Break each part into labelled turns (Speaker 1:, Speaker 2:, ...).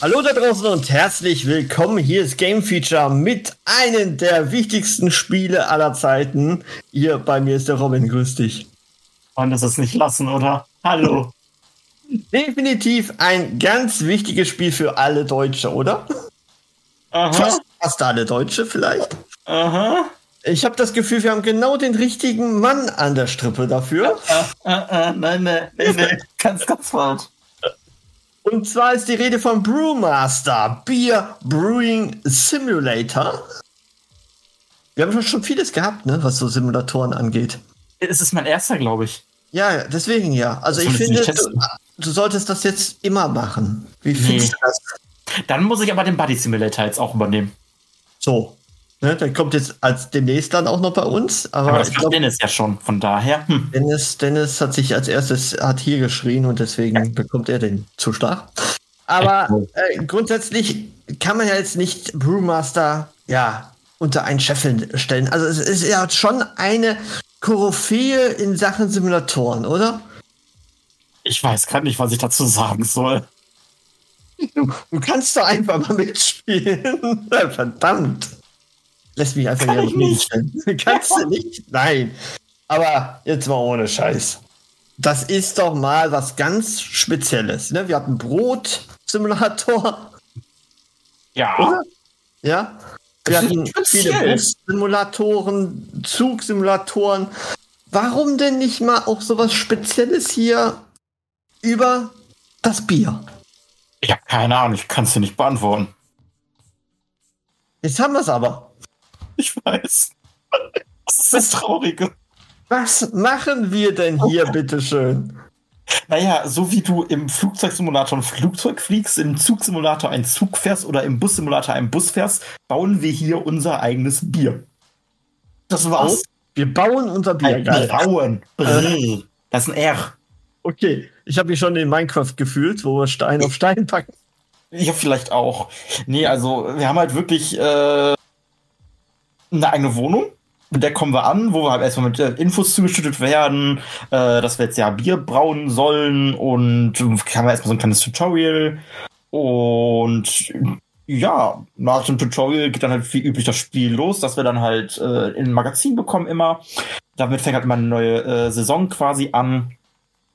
Speaker 1: Hallo da draußen und herzlich willkommen. Hier ist Game Feature mit einem der wichtigsten Spiele aller Zeiten. Ihr, bei mir ist der Robin, grüß dich.
Speaker 2: Wollen das es nicht lassen, oder? Hallo.
Speaker 1: Definitiv ein ganz wichtiges Spiel für alle Deutsche, oder?
Speaker 2: Aha,
Speaker 1: Fast, fast alle Deutsche vielleicht.
Speaker 2: aha.
Speaker 1: Ich habe das Gefühl, wir haben genau den richtigen Mann an der Strippe dafür.
Speaker 2: Äh, äh, äh, nein, nein, nein, nein. Ganz, ganz falsch.
Speaker 1: Und zwar ist die Rede von Brewmaster Beer Brewing Simulator. Wir haben schon vieles gehabt, ne, was so Simulatoren angeht.
Speaker 2: Es ist mein erster, glaube ich.
Speaker 1: Ja, ja, deswegen ja. Also
Speaker 2: Das
Speaker 1: ich
Speaker 2: solltest du
Speaker 1: finde,
Speaker 2: nicht
Speaker 1: du,
Speaker 2: testen.
Speaker 1: du solltest das jetzt immer machen. Wie findest du das?
Speaker 2: Dann muss ich aber den Buddy Simulator jetzt auch übernehmen.
Speaker 1: So. Ne, der kommt jetzt als demnächst dann auch noch bei uns. Aber,
Speaker 2: Aber das
Speaker 1: ich
Speaker 2: macht
Speaker 1: glaube,
Speaker 2: Dennis ja schon, von daher. Hm.
Speaker 1: Dennis, Dennis hat sich als erstes hat hier geschrien und deswegen bekommt er den Zuschlag. Aber äh, grundsätzlich kann man ja jetzt nicht Brewmaster ja unter einen Scheffel stellen. Also es ist ja schon eine Koryphäe in Sachen Simulatoren, oder?
Speaker 2: Ich weiß gerade nicht, was ich dazu sagen soll.
Speaker 1: Du, du kannst doch einfach mal mitspielen. Verdammt. Lass mich einfach
Speaker 2: Kann
Speaker 1: hier
Speaker 2: ich
Speaker 1: ruhig
Speaker 2: nicht.
Speaker 1: stellen. Kannst du nicht? Nein. Aber jetzt mal ohne Scheiß. Das ist doch mal was ganz Spezielles. Ne? Wir hatten Brot-Simulator.
Speaker 2: Ja,
Speaker 1: Ja. Wir
Speaker 2: Das ist
Speaker 1: hatten viele
Speaker 2: speziell.
Speaker 1: Bus-Simulatoren, Zugsimulatoren. Warum denn nicht mal auch sowas Spezielles hier über das Bier?
Speaker 2: ich habe keine Ahnung, ich kann es dir nicht beantworten.
Speaker 1: Jetzt haben wir es aber.
Speaker 2: Ich weiß. Das ist das Traurige.
Speaker 1: Was machen wir denn hier, bitteschön?
Speaker 2: Naja, so wie du im Flugzeugsimulator ein Flugzeug fliegst, im Zugsimulator einen Zug fährst oder im Bussimulator einen Bus fährst, bauen wir hier unser eigenes Bier. Das war's.
Speaker 1: Wir bauen unser Bier.
Speaker 2: Ein
Speaker 1: Geil.
Speaker 2: Brauen. Brrr. Das ist ein R.
Speaker 1: Okay, ich habe mich schon in Minecraft gefühlt, wo wir Stein auf Stein packen.
Speaker 2: Ja, vielleicht auch. Nee, also wir haben halt wirklich äh, eine eigene Wohnung. Mit der kommen wir an, wo wir halt erstmal mit äh, Infos zugeschüttet werden, äh, dass wir jetzt ja Bier brauen sollen und äh, haben wir erstmal so ein kleines Tutorial. Und ja, nach dem Tutorial geht dann halt wie üblich das Spiel los, dass wir dann halt äh, in ein Magazin bekommen immer. Damit fängt halt immer eine neue äh, Saison quasi an.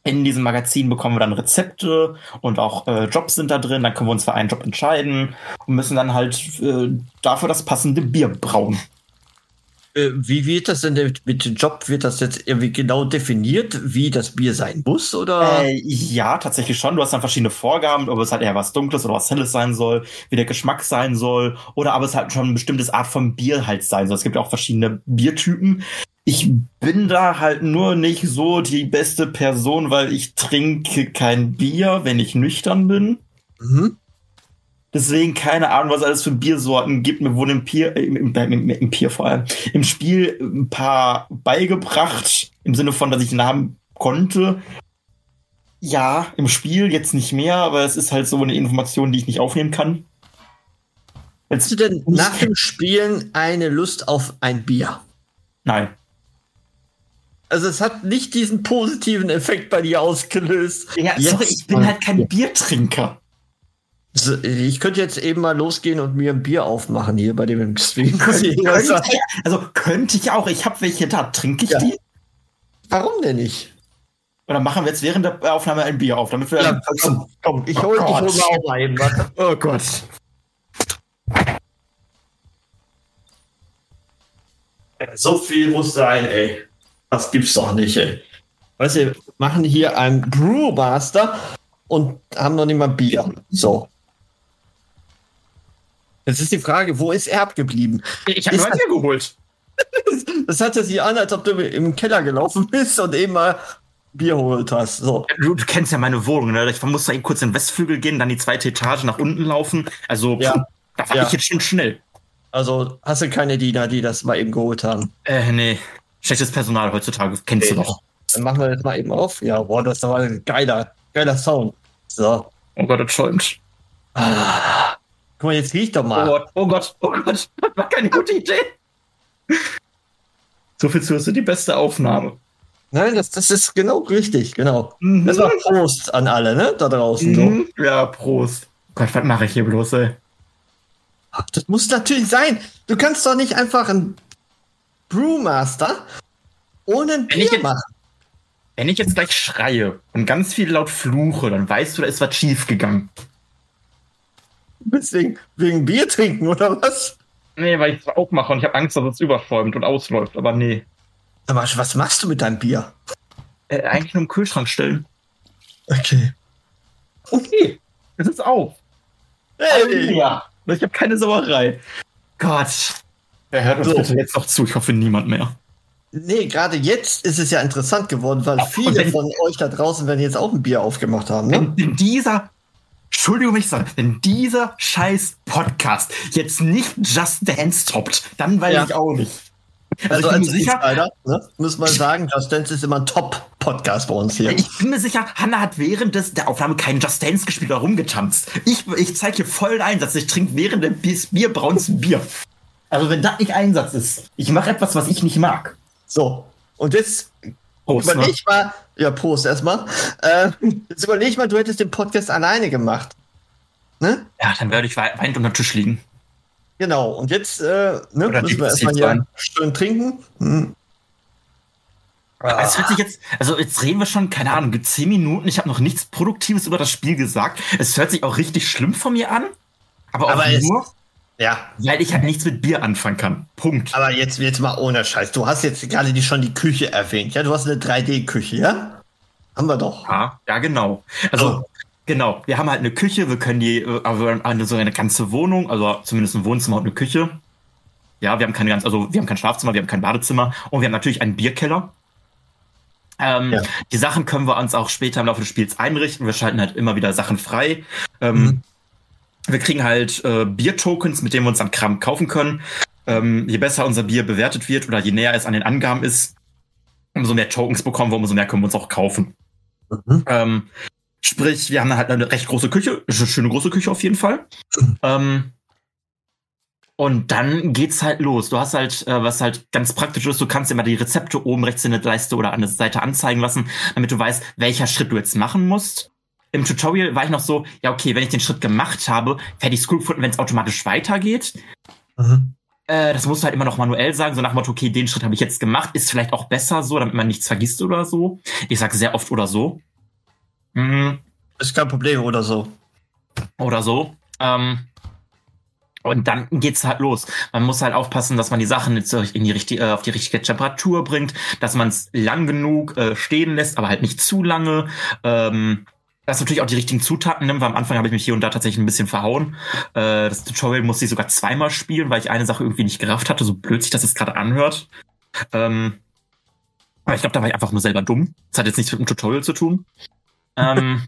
Speaker 2: In diesem Magazin bekommen wir dann Rezepte und auch äh, Jobs sind da drin. Dann können wir uns für einen Job entscheiden und müssen dann halt äh, dafür das passende Bier brauen.
Speaker 1: Äh, wie wird das denn mit, dem Job? Wird das jetzt irgendwie genau definiert, wie das Bier sein muss? Oder?
Speaker 2: Äh, ja, tatsächlich schon. Du hast dann verschiedene Vorgaben, ob es halt eher was Dunkles oder was Helles sein soll, wie der Geschmack sein soll oder aber es halt schon eine bestimmte Art von Bier halt sein soll. Es gibt ja auch verschiedene Biertypen. Ich bin da halt nur nicht so die beste Person, weil ich trinke kein Bier, wenn ich nüchtern bin.
Speaker 1: Mhm.
Speaker 2: Deswegen keine Ahnung, was es alles für Biersorten gibt. Mir wurden im Pier, äh, im, im, im, im Pier vor allem, im Spiel ein paar beigebracht, im Sinne von, dass ich Namen konnte. Ja, im Spiel jetzt nicht mehr, aber es ist halt so eine Information, die ich nicht aufnehmen kann.
Speaker 1: Hast
Speaker 2: Jetzt,
Speaker 1: du denn nach dem Spielen eine Lust auf ein Bier?
Speaker 2: nein.
Speaker 1: Also es hat nicht diesen positiven Effekt bei dir ausgelöst.
Speaker 2: Ja,
Speaker 1: Jetzt-
Speaker 2: sorry, ich bin halt kein Biertrinker.
Speaker 1: So, Ich könnte jetzt eben mal losgehen und mir ein Bier aufmachen hier bei dem im Stream.
Speaker 2: Könnte ich, also könnte ich auch. Ich habe welche da. Trinke ich
Speaker 1: Ja.
Speaker 2: die?
Speaker 1: Warum denn nicht?
Speaker 2: Oder machen wir jetzt während der Aufnahme ein Bier auf, damit wir
Speaker 1: Ja, komm, komm, Oh ich hol, ich hol
Speaker 2: Gott.
Speaker 1: mal auch mal eben was. Oh Gott. Äh, So viel muss sein, ey. Das gibt's doch nicht, ey. Weißt du, wir machen hier einen Brewmaster und haben noch nicht mal Bier. So. Jetzt ist die Frage, wo ist Erb geblieben?
Speaker 2: ich
Speaker 1: hab
Speaker 2: habe
Speaker 1: mir ein
Speaker 2: Bier geholt.
Speaker 1: Das hatte sich an, als ob du im Keller gelaufen bist und eben mal Bier geholt hast. So.
Speaker 2: Du, du kennst ja meine Wohnung, ne? Ich muss da eben kurz in den Westflügel gehen, dann die zweite Etage nach unten laufen. Also,
Speaker 1: Ja.
Speaker 2: pff, da war
Speaker 1: Ja.
Speaker 2: ich jetzt schon schnell.
Speaker 1: Also hast du keine Diener, die das mal eben geholt haben.
Speaker 2: Äh, nee. Schlechtes Personal heutzutage, kennst du
Speaker 1: Nee.
Speaker 2: doch.
Speaker 1: Dann machen wir das mal eben auf. Ja, boah, das ist aber ein geiler, geiler Sound. So.
Speaker 2: Oh Gott, das schäumt.
Speaker 1: Guck mal, jetzt riech doch
Speaker 2: Oh
Speaker 1: mal.
Speaker 2: Gott, oh Gott, oh Gott. Das war keine gute Idee. So viel zu ist die beste Aufnahme.
Speaker 1: Nein, das, das ist genau richtig, genau.
Speaker 2: Mhm.
Speaker 1: Das war Prost an alle, ne? Da draußen. So.
Speaker 2: Mhm. Ja, Prost. Gott, was mache ich hier bloß, ey?
Speaker 1: Das muss natürlich sein. Du kannst doch nicht einfach einen Brewmaster ohne ein
Speaker 2: Wenn ich
Speaker 1: Bier
Speaker 2: jetzt-
Speaker 1: machen.
Speaker 2: Wenn ich jetzt gleich schreie und ganz viel laut fluche, dann weißt du, da ist was schiefgegangen.
Speaker 1: Deswegen, wegen Bier trinken, oder was?
Speaker 2: Nee, weil ich es auch mache und ich habe Angst, dass es überschäumt und ausläuft, aber nee.
Speaker 1: Aber was machst du mit deinem Bier?
Speaker 2: Äh, eigentlich nur im Kühlschrank stellen.
Speaker 1: Okay.
Speaker 2: Okay, es ist auf. Also,
Speaker 1: Hey,
Speaker 2: Ja. Ich habe keine Sauerei. Gott. Wer hört uns
Speaker 1: So.
Speaker 2: bitte jetzt noch zu? Ich hoffe, niemand mehr.
Speaker 1: nee, gerade jetzt ist es ja interessant geworden, weil
Speaker 2: Ach, und
Speaker 1: viele
Speaker 2: wenn-
Speaker 1: von euch da draußen werden jetzt auch ein Bier aufgemacht haben, ne?
Speaker 2: Wenn, wenn dieser, Entschuldigung, wenn ich sage, wenn dieser scheiß Podcast jetzt nicht Just Dance toppt, dann weiß
Speaker 1: Ja.
Speaker 2: ich auch nicht.
Speaker 1: Also
Speaker 2: ich bin
Speaker 1: als
Speaker 2: mir sicher,
Speaker 1: Insider, ne, muss man sagen, Just Dance ist immer ein Top-Podcast bei uns hier.
Speaker 2: Ich bin mir sicher, Hanna hat während des, der Aufnahme keinen Just Dance gespielt oder rumgetanzt. Ich, ich zeige hier vollen Einsatz. Ich trinke während des Biers- Bier braunes Bier. Also wenn das nicht Einsatz ist, ich mache etwas, was ich nicht mag.
Speaker 1: So, und jetzt
Speaker 2: Prost, ne?
Speaker 1: überleg mal, ja, Prost erstmal. Äh, jetzt überleg mal, du hättest den Podcast alleine gemacht. Ne?
Speaker 2: Ja, dann werde ich wei- weinend unter den Tisch liegen.
Speaker 1: Genau, und jetzt äh, ne,
Speaker 2: Oder
Speaker 1: müssen wir
Speaker 2: depressiv
Speaker 1: erstmal hier
Speaker 2: sein.
Speaker 1: schön trinken. Hm. Ah.
Speaker 2: Aber Es hört sich jetzt, also jetzt reden wir schon, keine Ahnung, zehn Minuten. Ich habe noch nichts Produktives über das Spiel gesagt. Es hört sich auch richtig schlimm von mir an. Aber auch
Speaker 1: Aber es-
Speaker 2: nur,
Speaker 1: Ja,
Speaker 2: weil ich halt nichts mit Bier anfangen kann. Punkt.
Speaker 1: aber jetzt, jetzt mal ohne Scheiß. Du hast jetzt gerade die, schon die Küche erwähnt. Ja, du hast eine 3D-Küche, ja? Haben wir doch.
Speaker 2: Ja, ja, genau. Also, genau. Wir haben halt eine Küche, wir können die, äh, aber wir haben so eine ganze Wohnung, also zumindest ein Wohnzimmer und eine Küche. Ja, wir haben keine ganz, also wir haben kein Schlafzimmer, wir haben kein Badezimmer und wir haben natürlich einen Bierkeller. Ähm,
Speaker 1: Ja.
Speaker 2: Die Sachen können wir uns auch später im Laufe des Spiels einrichten. Wir schalten halt immer wieder Sachen frei. Ähm,
Speaker 1: Mhm.
Speaker 2: Wir kriegen halt äh, Bier-Tokens, mit denen wir uns dann Kram kaufen können. Ähm, je besser unser Bier bewertet wird oder je näher es an den Angaben ist, umso mehr Tokens bekommen wir, umso mehr können wir uns auch kaufen.
Speaker 1: Mhm.
Speaker 2: Ähm, sprich, wir haben halt eine recht große Küche, ist eine schöne große Küche auf jeden Fall. ähm, und dann geht's halt los. Du hast halt, äh, was halt ganz praktisch ist, du kannst dir mal die Rezepte oben rechts in der Leiste oder an der Seite anzeigen lassen, damit du weißt, welcher Schritt du jetzt machen musst. Im Tutorial war ich noch so, ja, okay, wenn ich den Schritt gemacht habe, hätte ich es cool gefunden, wenn es automatisch weitergeht.
Speaker 1: Mhm.
Speaker 2: Äh, das musst du halt immer noch manuell sagen, so nach dem Motto, okay, den Schritt habe ich jetzt gemacht, ist vielleicht auch besser so, damit man nichts vergisst oder so. Ich sag sehr oft oder so. Mhm
Speaker 1: Ist kein Problem oder so.
Speaker 2: oder so. Ähm, und dann geht's halt los. Man muss halt aufpassen, dass man die Sachen jetzt in die richtige, äh, auf die richtige Temperatur bringt, dass man es lang genug äh, stehen lässt, aber halt nicht zu lange. Ähm, dass natürlich auch die richtigen Zutaten nimmt, weil am Anfang habe ich mich hier und da tatsächlich ein bisschen verhauen. Äh, das Tutorial musste ich sogar zweimal spielen, weil ich eine Sache irgendwie nicht gerafft hatte, so blöd sich das jetzt gerade anhört. Ähm, aber ich glaube, da war ich einfach nur selber dumm. Das hat jetzt nichts mit dem Tutorial zu tun. Ähm,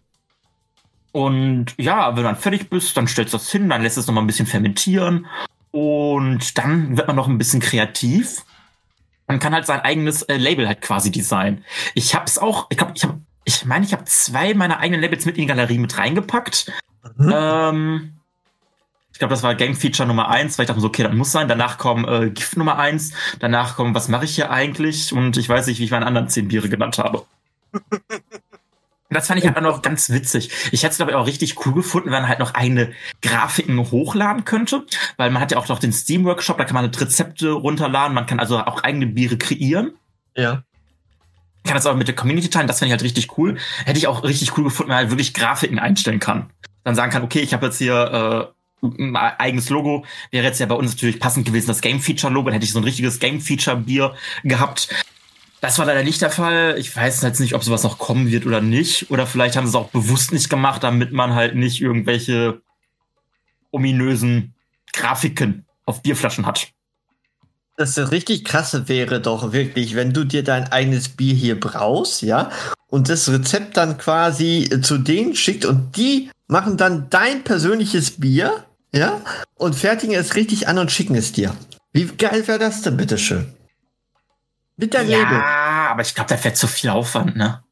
Speaker 2: und ja, wenn du dann fertig bist, dann stellst du das hin, dann lässt es nochmal ein bisschen fermentieren und dann wird man noch ein bisschen kreativ. Man kann halt sein eigenes äh, Label halt quasi designen. Ich hab's auch, ich glaube, ich hab, ich meine, ich habe zwei meiner eigenen Labels mit in die Galerie mit reingepackt.
Speaker 1: Mhm.
Speaker 2: Ähm, ich glaube, das war Game Feature Nummer eins, weil ich dachte mir so, okay, das muss sein. Danach kommen äh, Gift Nummer eins, danach kommen, was mache ich hier eigentlich? Und ich weiß nicht, wie ich meine anderen zehn Biere genannt habe. Das fand ich halt auch noch ganz witzig. Ich hätte es, glaube ich, auch richtig cool gefunden, wenn man halt noch eigene Grafiken hochladen könnte, weil man hat ja auch noch den Steam-Workshop, da kann man halt Rezepte runterladen, man kann also auch eigene Biere kreieren.
Speaker 1: Ja.
Speaker 2: Kann das auch mit der Community teilen, das fände ich halt richtig cool. Hätte ich auch richtig cool gefunden, wenn man halt wirklich Grafiken einstellen kann. Dann sagen kann, okay, ich habe jetzt hier äh, ein eigenes Logo, wäre jetzt ja bei uns natürlich passend gewesen, das Game-Feature-Logo, dann hätte ich so ein richtiges Game-Feature-Bier gehabt. Das war leider nicht der Fall. Ich weiß jetzt nicht, ob sowas noch kommen wird oder nicht. Oder vielleicht haben sie es auch bewusst nicht gemacht, damit man halt nicht irgendwelche ominösen Grafiken auf Bierflaschen hat.
Speaker 1: Das richtig krasse wäre doch wirklich, wenn du dir dein eigenes Bier hier braust, ja, und das Rezept dann quasi äh, zu denen schickt und die machen dann dein persönliches Bier, ja, und fertigen es richtig an und schicken es dir. Wie geil wäre das denn, bitteschön? Mit der Label.
Speaker 2: Ja, aber ich glaube, da wäre zu viel Aufwand, ne?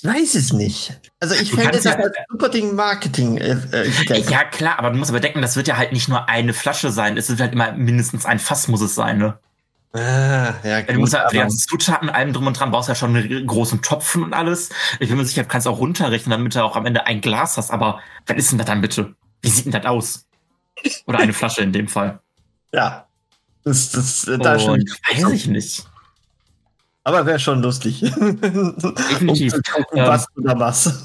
Speaker 1: Ich weiß es nicht. Also ich
Speaker 2: Du
Speaker 1: fände das
Speaker 2: kannst ja-
Speaker 1: als super Ding Marketing. Äh, äh, Gag.
Speaker 2: Ja, klar, aber du musst aber denken, das wird ja halt nicht nur eine Flasche sein. Es wird halt immer mindestens ein Fass, muss es sein, ne?
Speaker 1: Ah, ja,
Speaker 2: Du musst
Speaker 1: gut,
Speaker 2: halt ja für die
Speaker 1: aber-
Speaker 2: ganzen Zutaten, allem drum und dran, brauchst ja schon einen großen Topfen und alles. Ich bin mir sicher, du kannst auch runterrechnen, damit du auch am Ende ein Glas hast. Aber was ist denn das dann bitte? Wie sieht denn das aus? Oder eine Flasche in dem Fall.
Speaker 1: ja. Das, das, äh, da schon.
Speaker 2: Und weiß ich nicht.
Speaker 1: Aber wäre schon lustig.
Speaker 2: Definitiv.
Speaker 1: Um zu gucken,
Speaker 2: Ähm,
Speaker 1: was oder was.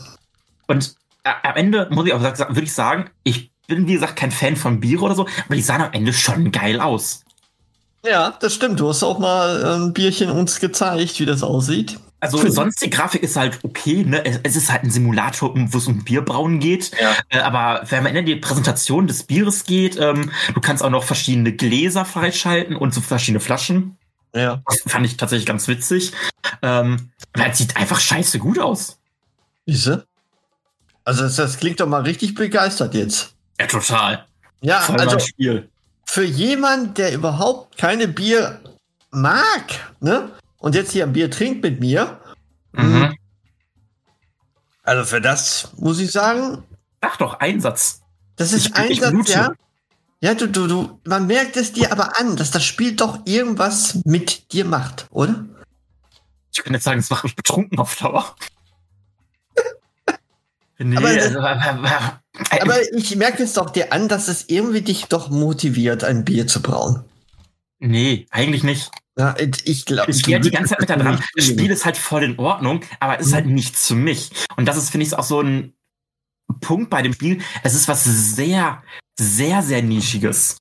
Speaker 2: Und a- am Ende muss ich auch sagen, würde ich sagen, ich bin, wie gesagt, kein Fan von Bier oder so, aber die sahen am Ende schon geil aus.
Speaker 1: Ja, das stimmt. Du hast auch mal äh, ein Bierchen uns gezeigt, wie das aussieht.
Speaker 2: Also
Speaker 1: Cool.
Speaker 2: sonst die Grafik ist halt okay, ne? Es- Es ist halt ein Simulator, um- wo es um Bierbrauen geht.
Speaker 1: Ja.
Speaker 2: Äh, aber wenn am Ende die Präsentation des Bieres geht, ähm, du kannst auch noch verschiedene Gläser freischalten und so verschiedene Flaschen.
Speaker 1: Ja.
Speaker 2: Das fand ich tatsächlich ganz witzig. Ähm, weil es sieht einfach scheiße gut aus.
Speaker 1: Diese? Also das, das klingt doch mal richtig begeistert jetzt.
Speaker 2: Ja, total.
Speaker 1: Ja,
Speaker 2: Voll
Speaker 1: also
Speaker 2: mein Spiel.
Speaker 1: für jemanden, der überhaupt keine Bier mag, ne? Und jetzt hier ein Bier trinkt mit mir.
Speaker 2: Mhm.
Speaker 1: Also für das muss ich sagen,
Speaker 2: Sag doch Einsatz.
Speaker 1: das ist
Speaker 2: Ich- ich
Speaker 1: Einsatz,
Speaker 2: mute.
Speaker 1: ja. Ja, du, du, du, man merkt es dir aber an, dass das Spiel doch irgendwas mit dir macht, oder?
Speaker 2: Ich kann jetzt sagen, es macht mich betrunken auf Dauer. nee,
Speaker 1: Aber-
Speaker 2: also, aber, äh,
Speaker 1: Aber ich merke es doch dir an, dass es irgendwie dich doch motiviert, ein Bier zu brauen.
Speaker 2: nee, eigentlich nicht.
Speaker 1: Ja, und ich glaube,
Speaker 2: Ich gehe die ganze Zeit mit da dran. Das Spiel ist halt voll in Ordnung, aber es ist halt nichts für mich. Und das ist, finde ich, auch so ein Punkt bei dem Spiel. Es ist was sehr, sehr, sehr Nischiges.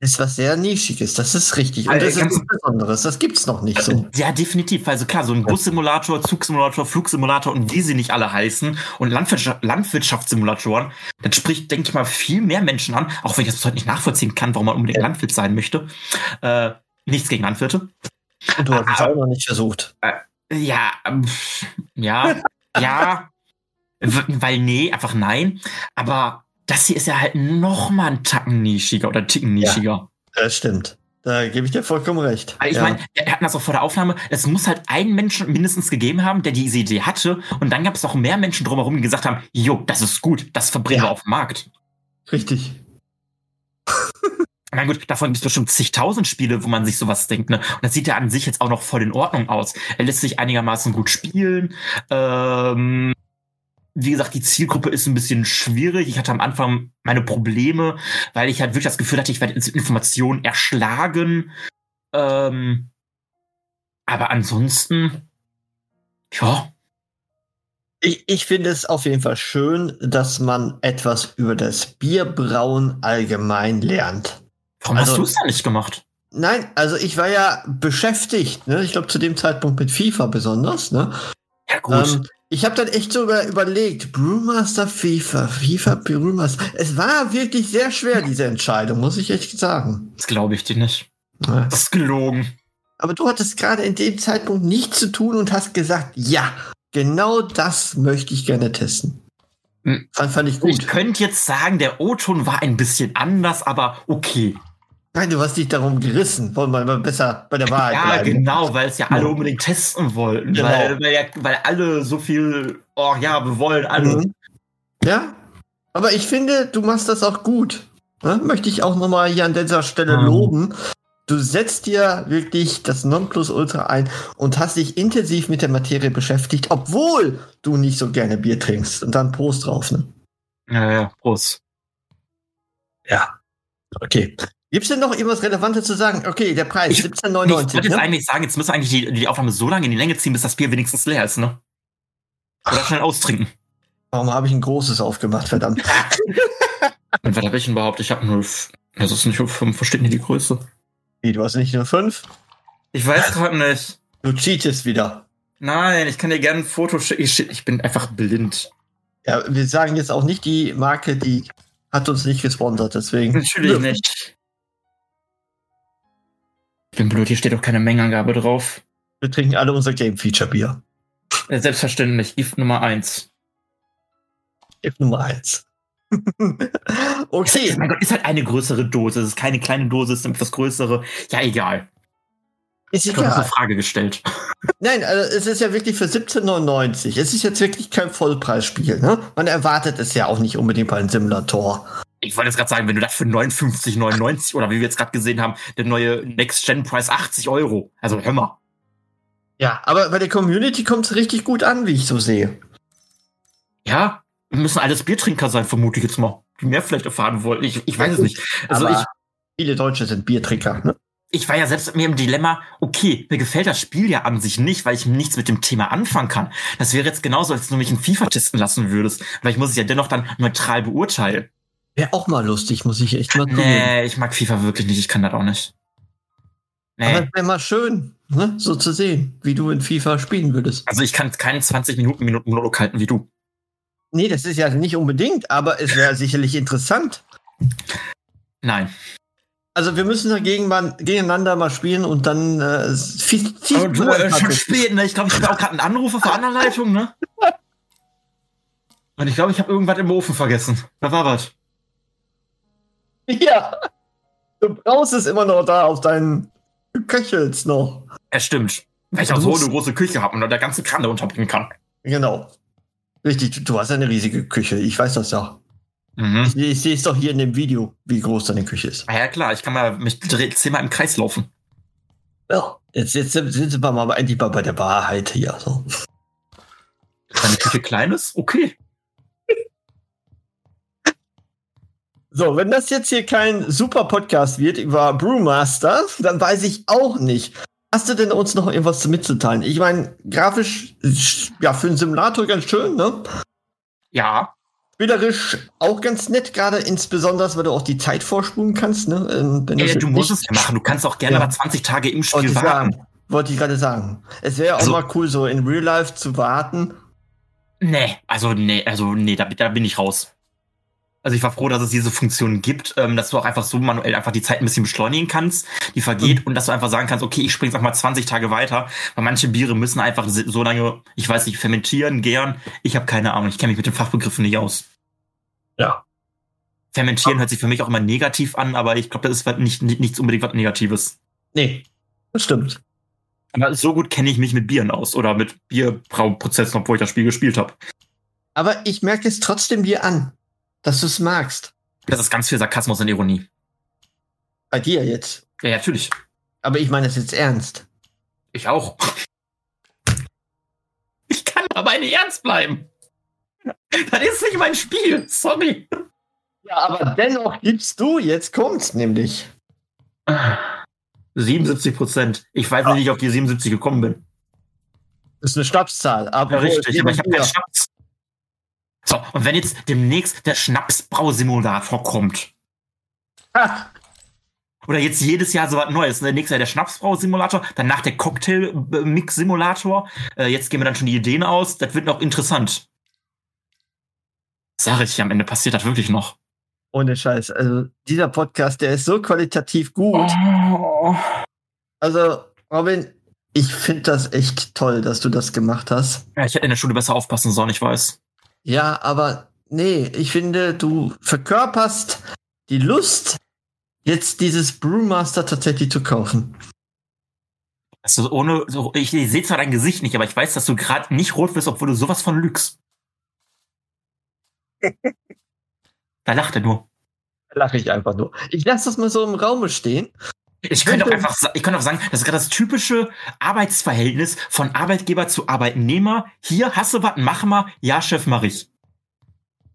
Speaker 1: ist was sehr Nischiges, das ist richtig. Und
Speaker 2: Also,
Speaker 1: das ist
Speaker 2: ganz-
Speaker 1: was Besonderes, das gibt's noch nicht so.
Speaker 2: Ja, definitiv. Also klar, so ein Bussimulator, Zugsimulator, Flugsimulator und wie sie nicht alle heißen und Landwirtschaft, Landwirtschaftssimulatoren, das spricht, denke ich mal, viel mehr Menschen an, auch wenn ich das bis heute nicht nachvollziehen kann, warum man unbedingt Landwirt sein möchte. Äh, nichts gegen Landwirte.
Speaker 1: Und du hast es auch noch nicht versucht.
Speaker 2: Ja, ähm, ja, ja, w- weil nee, einfach nein. Aber das hier ist ja halt noch mal ein Tacken nischiger oder Ticken nischiger.
Speaker 1: Das stimmt. Da gebe Ah, ich dir vollkommen recht.
Speaker 2: Also ich
Speaker 1: ja.
Speaker 2: meine, wir hatten das auch vor der Aufnahme, es muss halt einen Menschen mindestens gegeben haben, der diese Idee hatte. Und dann gab es noch mehr Menschen drumherum, die gesagt haben, jo, das ist gut, das verbringen wir
Speaker 1: Ja.
Speaker 2: auf dem Markt.
Speaker 1: richtig.
Speaker 2: Na gut, davon gibt es bestimmt zigtausend Spiele, wo man sich sowas denkt. Ne? Und das sieht ja an sich jetzt auch noch voll in Ordnung aus. Er lässt sich einigermaßen gut spielen. Ähm, wie gesagt, die Zielgruppe ist ein bisschen schwierig. Ich hatte am Anfang meine Probleme, weil ich halt wirklich das Gefühl hatte, ich werde jetzt mit Informationen erschlagen. Ähm, aber ansonsten, ja,
Speaker 1: Ich, ich finde es auf jeden Fall schön, dass man etwas über das Bierbrauen allgemein lernt.
Speaker 2: warum
Speaker 1: Also-
Speaker 2: hast du es dann nicht gemacht?
Speaker 1: Nein, also ich war ja beschäftigt, ne? ich glaube zu dem Zeitpunkt mit FIFA besonders. Ne?
Speaker 2: Ja gut,
Speaker 1: Ähm, ich habe dann echt so über, überlegt, Brewmaster FIFA, FIFA Brewmaster. Es war wirklich sehr schwer, diese Entscheidung, muss ich echt sagen.
Speaker 2: das glaube ich dir nicht.
Speaker 1: Ja.
Speaker 2: Das ist gelogen.
Speaker 1: Aber du hattest gerade in dem Zeitpunkt nichts zu tun und hast gesagt, ja, genau das möchte ich gerne testen.
Speaker 2: Hm.
Speaker 1: Fand, fand ich
Speaker 2: Ich
Speaker 1: gut.
Speaker 2: könnte jetzt sagen, der O-Ton war ein bisschen anders, aber okay.
Speaker 1: Nein, du hast dich darum gerissen. Wollen wir mal besser bei der Wahrheit
Speaker 2: Ja,
Speaker 1: bleiben.
Speaker 2: genau, weil es ja alle unbedingt testen wollten.
Speaker 1: Genau.
Speaker 2: Weil, weil, ja, weil alle so viel, oh ja, wir wollen alle.
Speaker 1: Mhm. Ja, aber ich finde, du machst das auch gut. Ne? Möchte ich auch nochmal hier an dieser Stelle
Speaker 2: Mhm.
Speaker 1: loben. Du setzt dir wirklich das Nonplusultra ein und hast dich intensiv mit der Materie beschäftigt, obwohl du nicht so gerne Bier trinkst. Und dann Prost drauf. Ne?
Speaker 2: Ja, ja, Prost.
Speaker 1: Okay. Gibt es denn noch irgendwas Relevantes zu sagen? Okay, der Preis
Speaker 2: Ich- Ich wollte
Speaker 1: 17,99.
Speaker 2: jetzt
Speaker 1: Ne?
Speaker 2: eigentlich sagen, jetzt müssen wir eigentlich die, die Aufnahme so lange in die Länge ziehen, bis das Bier wenigstens leer ist, ne? Oder schnell austrinken.
Speaker 1: Warum habe ich ein großes aufgemacht? Verdammt.
Speaker 2: Und was habe ich denn überhaupt? Ich habe nur, das also ist nicht 5, versteht nicht die Größe.
Speaker 1: Wie, du hast nicht nur fünf?
Speaker 2: Ich weiß gerade nicht.
Speaker 1: Du cheatest wieder.
Speaker 2: Nein, ich kann dir gerne ein Foto schicken. Shit, Ich bin einfach blind.
Speaker 1: Ja, wir sagen jetzt auch nicht die Marke, die hat uns nicht gesponsert, deswegen.
Speaker 2: Natürlich nicht. bin blöd, hier steht doch keine Mengenangabe drauf.
Speaker 1: Wir trinken alle unser Game Feature Bier.
Speaker 2: Äh, Selbstverständlich, Gift Nummer 1.
Speaker 1: Tipp Nummer eins. okay.
Speaker 2: Mein Gott, ist halt eine größere Dose. Es ist keine kleine Dose, es ist eine etwas größere. Ja, egal.
Speaker 1: Ist
Speaker 2: Ich habe eine
Speaker 1: egal.
Speaker 2: Frage gestellt.
Speaker 1: Nein, also es ist ja wirklich für 17,99. Es ist jetzt wirklich kein Vollpreisspiel. Ne? Man erwartet es ja auch nicht unbedingt bei einem Simulator.
Speaker 2: Ich wollte jetzt gerade sagen, wenn du das für 59,99 oder wie wir jetzt gerade gesehen haben, der neue Next-Gen-Preis 80 Euro. Also hör mal.
Speaker 1: Ja, aber bei der Community kommt es richtig gut an, wie ich so sehe.
Speaker 2: Ja, müssen alles Biertrinker sein, vermute ich jetzt mal. Die mehr vielleicht erfahren wollen. Ich, ich weiß es nicht. Also
Speaker 1: aber
Speaker 2: ich,
Speaker 1: viele Deutsche sind Biertrinker. Ne?
Speaker 2: ich war ja selbst mit mir im Dilemma, okay, mir gefällt das Spiel ja an sich nicht, weil ich nichts mit dem Thema anfangen kann. Das wäre jetzt genauso, als du mich in FIFA testen lassen würdest. Weil ich muss es ja dennoch dann neutral beurteilen.
Speaker 1: Wäre auch mal lustig, muss ich echt mal zugeben.
Speaker 2: Nee, ich mag FIFA wirklich nicht. Ich kann das auch nicht.
Speaker 1: Aber
Speaker 2: Nee.
Speaker 1: es wäre mal schön, ne? so zu sehen, wie du in FIFA spielen würdest.
Speaker 2: Also ich kann keinen 20 Minuten Minuten Monolog halten wie du.
Speaker 1: Nee, das ist ja nicht unbedingt, aber es wäre sicherlich interessant.
Speaker 2: Nein.
Speaker 1: Also wir müssen dagegen mal, gegeneinander mal spielen und dann äh, viel, viel
Speaker 2: Aber du, äh, schon spät, ne? Ich glaube, ich habe auch gerade einen Anruf auf der anderen Leitung, ne? Und ich glaube, ich habe irgendwas im Ofen vergessen. Da war was.
Speaker 1: Ja. Du brauchst es immer noch da auf deinen du köchelst noch.
Speaker 2: Ja, stimmt. Weil ich auch
Speaker 1: Du
Speaker 2: so
Speaker 1: musst-
Speaker 2: eine große Küche habe und da der ganze Kram da unterbringen kann.
Speaker 1: Genau. Richtig, du, du hast eine riesige Küche. Ich weiß das ja.
Speaker 2: Mhm.
Speaker 1: Ich, ich sehe es doch hier in dem Video, wie groß deine Küche ist.
Speaker 2: Ah Ja, klar, ich kann mal mich dreh- zehnmal im Kreis laufen.
Speaker 1: Ja. Jetzt, jetzt sind sind wir mal endlich mal bei der Wahrheit hier. So.
Speaker 2: Wenn die Küche klein ist, okay.
Speaker 1: so, wenn das jetzt hier kein super Podcast wird über Brewmaster, dann weiß ich auch nicht. Hast du denn uns noch irgendwas mitzuteilen? Ich meine, grafisch, ja, für einen Simulator ganz schön, ne?
Speaker 2: Ja,
Speaker 1: Spielerisch auch ganz nett, gerade insbesondere, weil du auch die Zeit vorspulen kannst. Ne? Ähm, wenn
Speaker 2: äh,
Speaker 1: das
Speaker 2: du
Speaker 1: nicht-
Speaker 2: musst es ja machen. Du kannst auch gerne
Speaker 1: Ja.
Speaker 2: mal 20 Tage im
Speaker 1: Wollte
Speaker 2: Spiel
Speaker 1: ich
Speaker 2: warten.
Speaker 1: sagen. Wollte ich gerade sagen. Es wäre auch
Speaker 2: Also-
Speaker 1: mal cool, so in Real Life zu warten.
Speaker 2: Nee, also nee, also nee, da, da bin ich raus. Also ich war froh, dass es diese Funktion gibt, ähm, dass du auch einfach so manuell einfach die Zeit ein bisschen beschleunigen kannst, die vergeht und dass du einfach sagen kannst, okay, ich springe jetzt auch mal 20 Tage weiter, weil manche Biere müssen einfach so lange, ich weiß nicht, fermentieren, gären. Ich habe keine Ahnung, ich kenne mich mit den Fachbegriffen nicht aus.
Speaker 1: Ja.
Speaker 2: Fermentieren hört sich für mich auch immer negativ an, aber ich glaube, das ist halt nicht, nicht, nichts unbedingt was Negatives.
Speaker 1: Nee, das stimmt.
Speaker 2: Aber so gut kenne ich mich mit Bieren aus oder mit Bierbrauprozessen, obwohl ich das Spiel gespielt habe.
Speaker 1: Aber ich merke es trotzdem dir an, dass du es magst.
Speaker 2: Das ist ganz viel Sarkasmus und Ironie.
Speaker 1: Bei dir jetzt.
Speaker 2: Ja, ja, natürlich.
Speaker 1: Aber ich meine es jetzt ernst.
Speaker 2: Ich auch. Ich kann dabei nicht ernst bleiben. Das ist nicht mein Spiel. Sorry.
Speaker 1: Ja, aber dennoch gibst du, jetzt kommt's nämlich.
Speaker 2: 77 Prozent. Ich weiß nicht, wie ich auf die 77 gekommen bin.
Speaker 1: Das ist eine Schnapszahl. Aber
Speaker 2: Ja, richtig, aber ich habe
Speaker 1: ja.
Speaker 2: keinen Schnaps. So, und wenn jetzt demnächst der Schnapsbrausimulator kommt,
Speaker 1: Ha,
Speaker 2: oder jetzt jedes Jahr so was Neues, ne? nächstes Jahr der Schnapsbrausimulator, danach der Cocktail-Mix-Simulator, äh, jetzt gehen wir dann schon die Ideen aus, das wird noch interessant. Sag ich, am Ende passiert das wirklich noch.
Speaker 1: Ohne Scheiß. Also dieser Podcast, der ist so qualitativ gut.
Speaker 2: Oh.
Speaker 1: Also, Robin, ich finde das echt toll, dass du das gemacht hast.
Speaker 2: Ja, ich hätte in der Schule besser aufpassen sollen, ich weiß.
Speaker 1: Ja, aber nee, ich finde, du verkörperst die Lust, jetzt dieses Brewmaster tatsächlich zu kaufen.
Speaker 2: Also ohne, so, ich, ich sehe zwar dein Gesicht nicht, aber ich weiß, dass du gerade nicht rot wirst, obwohl du sowas von lügst. da lacht er nur.
Speaker 1: Lache ich einfach nur. Ich lasse das mal so im Raume stehen.
Speaker 2: Ich könnte auch einfach, sa- ich könnte auch sagen, das ist gerade das typische Arbeitsverhältnis von Arbeitgeber zu Arbeitnehmer. Hier, hast du was, mach mal. Ja, Chef, mach ich.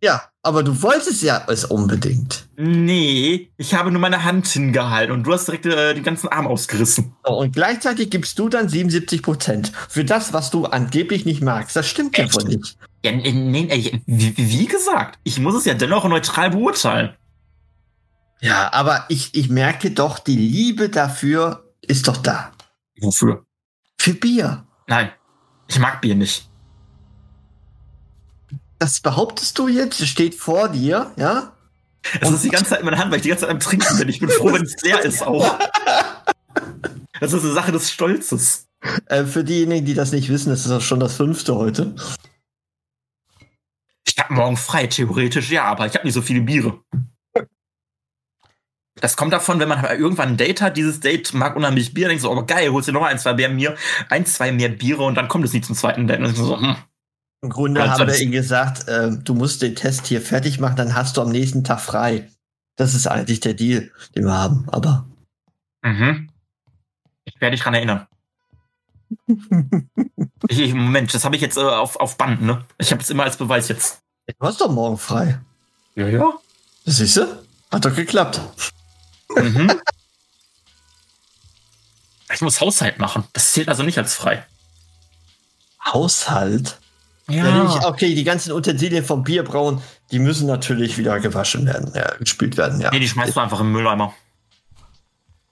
Speaker 1: Ja, aber du wolltest ja es unbedingt.
Speaker 2: Nee, ich habe nur meine Hand hingehalten und du hast direkt äh, den ganzen Arm ausgerissen.
Speaker 1: So, Und gleichzeitig gibst du dann 77 Prozent für das, was du angeblich nicht magst. Das stimmt ja
Speaker 2: Echt?
Speaker 1: wohl nicht.
Speaker 2: Ja, nee, nee, nee, wie, wie gesagt, ich muss es ja dennoch neutral beurteilen.
Speaker 1: Ja, aber ich, ich merke doch, die Liebe dafür ist doch da.
Speaker 2: Wofür?
Speaker 1: Für Bier.
Speaker 2: Nein, ich mag Bier nicht.
Speaker 1: Das behauptest du jetzt, es steht vor dir, ja?
Speaker 2: Es ist die ganze Zeit in meiner Hand, weil ich die ganze Zeit am Trinken bin. Ich bin froh, wenn es leer ist auch. Das ist eine Sache des Stolzes.
Speaker 1: Äh, für diejenigen, die das nicht wissen, das ist das schon das fünfte heute.
Speaker 2: Ich habe morgen frei, theoretisch ja, aber ich habe nicht so viele Biere. Das kommt davon, wenn man irgendwann ein Date hat, dieses Date mag unheimlich Bier, denkst du, oh geil, holst dir nochmal ein, zwei mehr, mir, ein, zwei mehr Biere und dann kommt es nie zum zweiten Date. Und dann denkst du so, hm.
Speaker 1: Im Grunde
Speaker 2: Also
Speaker 1: haben wir
Speaker 2: das-
Speaker 1: ihnen gesagt, äh, du musst den Test hier fertig machen, dann hast du am nächsten Tag frei. Das ist eigentlich der Deal, den wir haben, aber.
Speaker 2: Mhm. Ich werde dich dran erinnern. ich, ich, Moment, das habe ich jetzt äh, auf, auf Band, ne? Ich habe es immer als Beweis jetzt.
Speaker 1: Du hast doch morgen frei.
Speaker 2: Ja, ja.
Speaker 1: Das siehst du? Hat doch geklappt.
Speaker 2: Mhm. ich muss Haushalt machen. Das zählt also nicht als frei.
Speaker 1: Haushalt. Ja, die- okay, die ganzen Utensilien vom Bierbrauen, die müssen natürlich wieder gewaschen werden, ja, gespült werden, ja.
Speaker 2: Nee, die schmeißt du einfach im Mülleimer.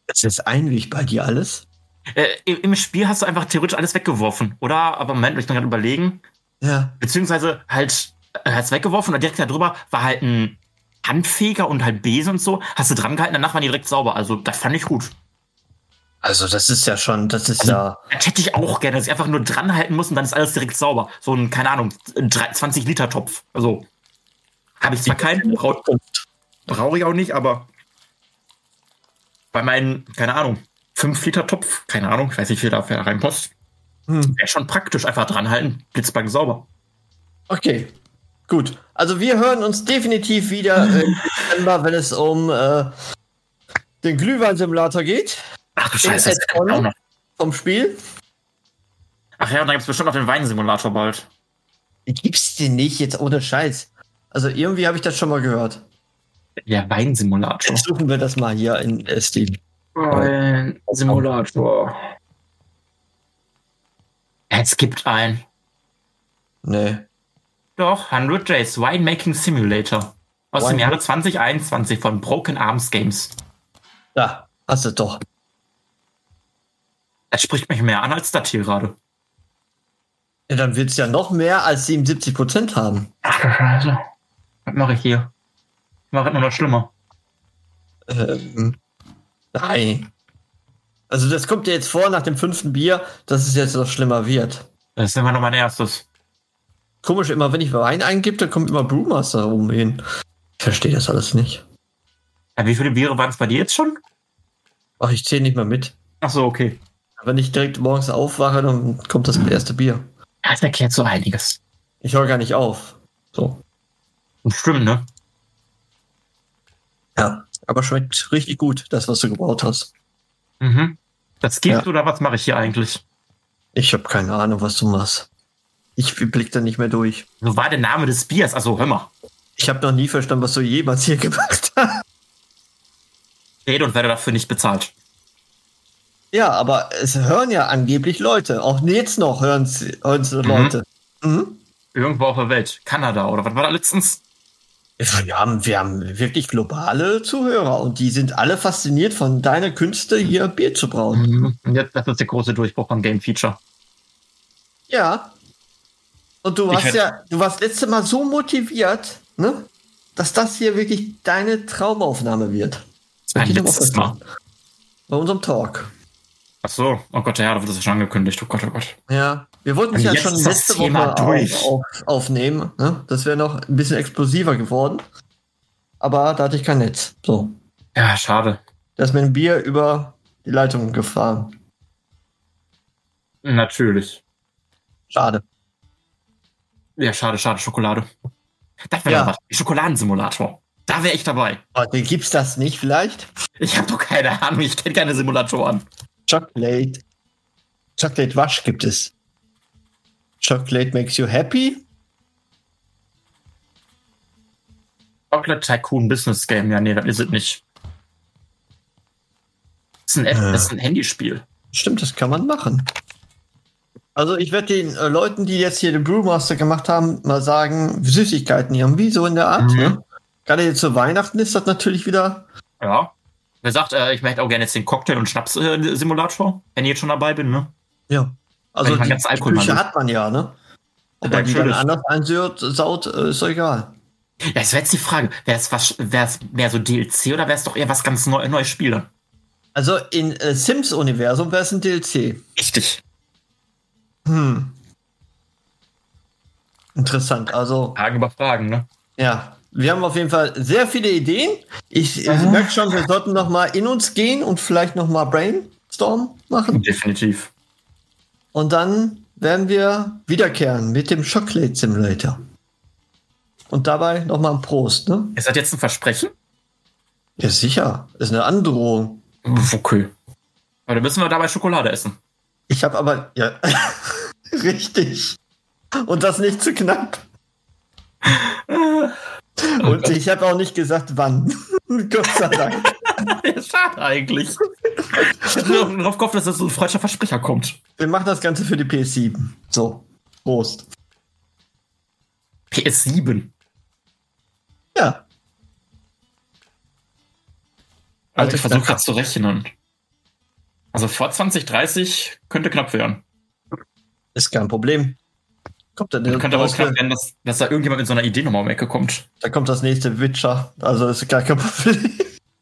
Speaker 1: Ist das einweg bei dir alles?
Speaker 2: Äh, im, Im Spiel hast du einfach theoretisch alles weggeworfen, oder? Aber Moment, ich bin gerade überlegen.
Speaker 1: Ja.
Speaker 2: Beziehungsweise halt, äh, hast weggeworfen und direkt darüber war halt ein Handfeger und halt Besen und so. Hast du dran gehalten, danach waren die direkt sauber. Also, das fand ich gut.
Speaker 1: Also, das ist ja schon, das ist
Speaker 2: Also-
Speaker 1: ja.
Speaker 2: Das hätte ich auch gerne, dass ich einfach nur dran halten muss und dann ist alles direkt sauber. So ein, keine Ahnung, 20-Liter-Topf. Also, habe ich zwar keinen, brauche brauch ich auch nicht, aber bei meinen, keine Ahnung, 5-Liter-Topf, keine Ahnung, ich weiß nicht, wie viel da reinpasst,
Speaker 1: Hm.
Speaker 2: wäre schon praktisch, einfach dran halten, blitzblank sauber.
Speaker 1: Okay, gut. Also wir hören uns definitiv wieder äh, im Dezember, wenn es um äh, den Glühwein-Simulator geht
Speaker 2: Ach du Scheiße,
Speaker 1: Ed
Speaker 2: das kann ich auch
Speaker 1: Conn?
Speaker 2: noch.
Speaker 1: vom Spiel.
Speaker 2: Ach ja, und dann gibt es bestimmt noch den Weinsimulator bald.
Speaker 1: Gibt's den nicht jetzt ohne Scheiß? Also irgendwie habe ich das schon mal gehört.
Speaker 2: Ja, Weinsimulator.
Speaker 1: Jetzt suchen wir das mal hier in äh, Steam.
Speaker 2: Weinsimulator. Es gibt einen.
Speaker 1: Nee.
Speaker 2: Doch, 100 Days Winemaking Simulator. Aus dem
Speaker 1: Wine-
Speaker 2: Jahre 2021 von Broken Arms Games.
Speaker 1: Da, hast du doch.
Speaker 2: Das spricht mich mehr an als das hier gerade.
Speaker 1: Ja, dann wird's ja noch mehr als 77% haben.
Speaker 2: Ach du Scheiße. Was mache ich hier? Ich mache nur noch schlimmer.
Speaker 1: Ähm, nein. Also das kommt dir jetzt vor nach dem fünften Bier, dass es jetzt noch schlimmer wird.
Speaker 2: Äh, Das ist immer noch mein erstes.
Speaker 1: Komisch, immer wenn ich Wein eingib, dann kommt immer Brewmaster oben hin. Ich verstehe das alles nicht.
Speaker 2: Ja, Äh, wie viele Biere waren es bei dir jetzt schon?
Speaker 1: Ach, ich zähle nicht mehr mit.
Speaker 2: Ach so, okay.
Speaker 1: Wenn ich direkt morgens aufwache, dann kommt das erste Bier.
Speaker 2: Das erklärt so einiges.
Speaker 1: Ich höre gar nicht auf. So.
Speaker 2: Stimmt, ne?
Speaker 1: Ja. Aber schmeckt richtig gut, das, was du gebaut hast.
Speaker 2: Mhm. Das geht
Speaker 1: Ja.
Speaker 2: oder was mache ich hier eigentlich?
Speaker 1: Ich habe keine Ahnung, was du machst. Ich blick da nicht mehr durch.
Speaker 2: So war der Name des Biers. Also, hör mal.
Speaker 1: Ich habe noch nie verstanden, was du jemals hier gemacht hast.
Speaker 2: Rede und werde dafür nicht bezahlt.
Speaker 1: Ja, aber es hören ja angeblich Leute. Auch jetzt noch hören es Leute. Mhm.
Speaker 2: Irgendwo auf der Welt. Kanada oder was war da letztens?
Speaker 1: Wir haben, wir haben wirklich globale Zuhörer und die sind alle fasziniert von deiner Künste, hier Bier zu brauen.
Speaker 2: Mhm. Und Jetzt, das ist der große Durchbruch von Game Feature.
Speaker 1: Ja. Und du
Speaker 2: Ich
Speaker 1: warst
Speaker 2: hätte-
Speaker 1: ja, du warst letzte Mal so motiviert, ne? Dass das hier wirklich deine Traumaufnahme wird.
Speaker 2: Ein
Speaker 1: Wirklich
Speaker 2: letztes Mal.
Speaker 1: Bei unserem Talk.
Speaker 2: Ach so, oh Gott, ja, da wird das ja schon angekündigt. Oh Gott, oh Gott.
Speaker 1: Ja. Wir wollten es
Speaker 2: Und
Speaker 1: ja
Speaker 2: Also jetzt
Speaker 1: schon
Speaker 2: ist das
Speaker 1: letzte Woche
Speaker 2: Thema durch.
Speaker 1: auf, auf, aufnehmen. Ne? Das wäre noch ein bisschen explosiver geworden. Aber da hatte ich kein Netz. So.
Speaker 2: Ja, schade.
Speaker 1: Da ist mir ein Bier über die Leitung gefahren.
Speaker 2: Natürlich.
Speaker 1: Schade.
Speaker 2: Ja, schade, schade, Schokolade. Das wäre
Speaker 1: Ja.
Speaker 2: ja. was. Schokoladensimulator. Da wäre ich dabei.
Speaker 1: Oh, den gibt's das nicht vielleicht?
Speaker 2: Ich habe doch keine Ahnung, ich kenne keine Simulatoren.
Speaker 1: Chocolate. Chocolate Wash gibt es. Chocolate makes you happy.
Speaker 2: Chocolate Tycoon Business Game, ja, nee, das ist es nicht. Das ist ein, App,
Speaker 1: Ja.
Speaker 2: das ist ein Handyspiel.
Speaker 1: Stimmt, das kann man machen. Also ich werde den äh, Leuten, die jetzt hier den Brewmaster gemacht haben, mal sagen, Süßigkeiten irgendwie so in der Art.
Speaker 2: Mhm.
Speaker 1: Ne? Gerade jetzt zu Weihnachten ist das natürlich wieder.
Speaker 2: Ja. Wer sagt, äh, ich möchte auch gerne jetzt den Cocktail- und Schnaps-Simulator, wenn ich jetzt schon dabei bin, ne?
Speaker 1: Ja. Also
Speaker 2: Wenn man
Speaker 1: die
Speaker 2: ganz Alkohol
Speaker 1: Küche
Speaker 2: mangelt.
Speaker 1: hat man ja, ne? Ob man die dann
Speaker 2: Natürlich.
Speaker 1: anders einsaut, saut, äh, ist doch egal.
Speaker 2: Ja, das wäre jetzt die Frage. Wäre es was, wär's mehr so DLC oder wäre es doch eher was ganz neu, neues Spiel dann?
Speaker 1: Also in äh, Sims-Universum wäre es ein DLC.
Speaker 2: Richtig.
Speaker 1: Hm. Interessant. Also,
Speaker 2: Fragen über Fragen, ne?
Speaker 1: ja. Wir haben auf jeden Fall sehr viele Ideen. Ich, ich merke schon, wir sollten noch mal in uns gehen und vielleicht noch mal Brainstorm machen.
Speaker 2: Definitiv.
Speaker 1: Und dann werden wir wiederkehren mit dem Chocolate Simulator. Und dabei noch mal ein Prost, ne?
Speaker 2: Ist das jetzt ein Versprechen?
Speaker 1: Ja, sicher. Ist eine Androhung.
Speaker 2: Pff, Okay. Aber dann müssen wir dabei Schokolade essen.
Speaker 1: Ich habe aber... Ja. Richtig. Und das nicht zu knapp. Und ich habe auch nicht gesagt, wann. Gott sei Dank.
Speaker 2: Ja, schade eigentlich. Ich hab nur darauf gehofft, dass das so ein falscher Versprecher kommt.
Speaker 1: Wir machen das Ganze für die PS7. So. Prost.
Speaker 2: PS7.
Speaker 1: Ja.
Speaker 2: Also ich versuche gerade zu rechnen. Also vor 2030 könnte knapp werden.
Speaker 1: Ist kein Problem. Kommt dann
Speaker 2: könnte aber auch
Speaker 1: raus,
Speaker 2: knapp werden, dass, dass da irgendjemand mit so einer Idee nochmal um die Ecke kommt.
Speaker 1: da kommt das nächste Witcher. Also ist gar kein Problem.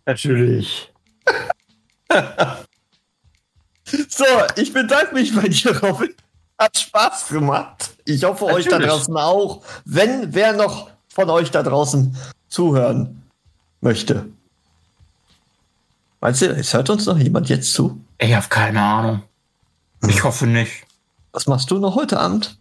Speaker 3: Natürlich.
Speaker 1: So, ich bedanke mich bei dir, Robin. Hat Spaß gemacht. Ich hoffe, euch da
Speaker 2: Natürlich.
Speaker 1: draußen auch. Wenn wer noch von euch da draußen zuhören möchte. Meinst du, es hört uns noch jemand jetzt zu?
Speaker 2: Ich habe keine Ahnung. Ich hoffe nicht.
Speaker 1: Was machst du noch heute Abend?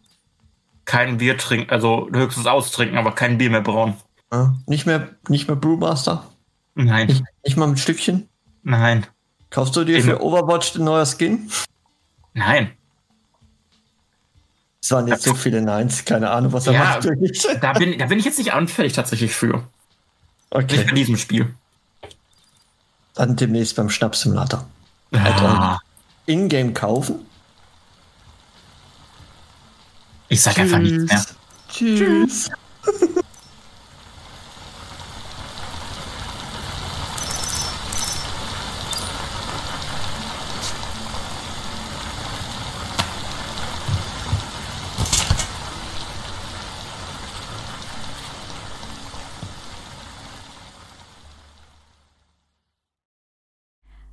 Speaker 2: Kein Bier trinken, also höchstens austrinken, aber kein Bier mehr brauen.
Speaker 1: Ja, nicht mehr, nicht mehr Brewmaster?
Speaker 2: Nein,
Speaker 1: Nicht mal mit Stückchen?
Speaker 2: nein,
Speaker 1: Kaufst du dir
Speaker 2: Eben.
Speaker 1: für Overwatch den neuer Skin?
Speaker 2: nein.
Speaker 1: Es waren jetzt so viele Neins, keine Ahnung, was er
Speaker 2: Ja.
Speaker 1: macht.
Speaker 2: Da bin, da bin ich jetzt nicht anfällig tatsächlich für. Nicht bei
Speaker 1: Okay,
Speaker 2: diesem Spiel.
Speaker 1: dann demnächst beim Schnaps-Simulator.
Speaker 2: Ah,
Speaker 1: In-game kaufen?
Speaker 2: ich sag einfach nichts mehr.
Speaker 1: Tschüss.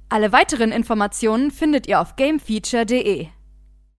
Speaker 4: Alle weiteren Informationen findet ihr auf gamefeature.de.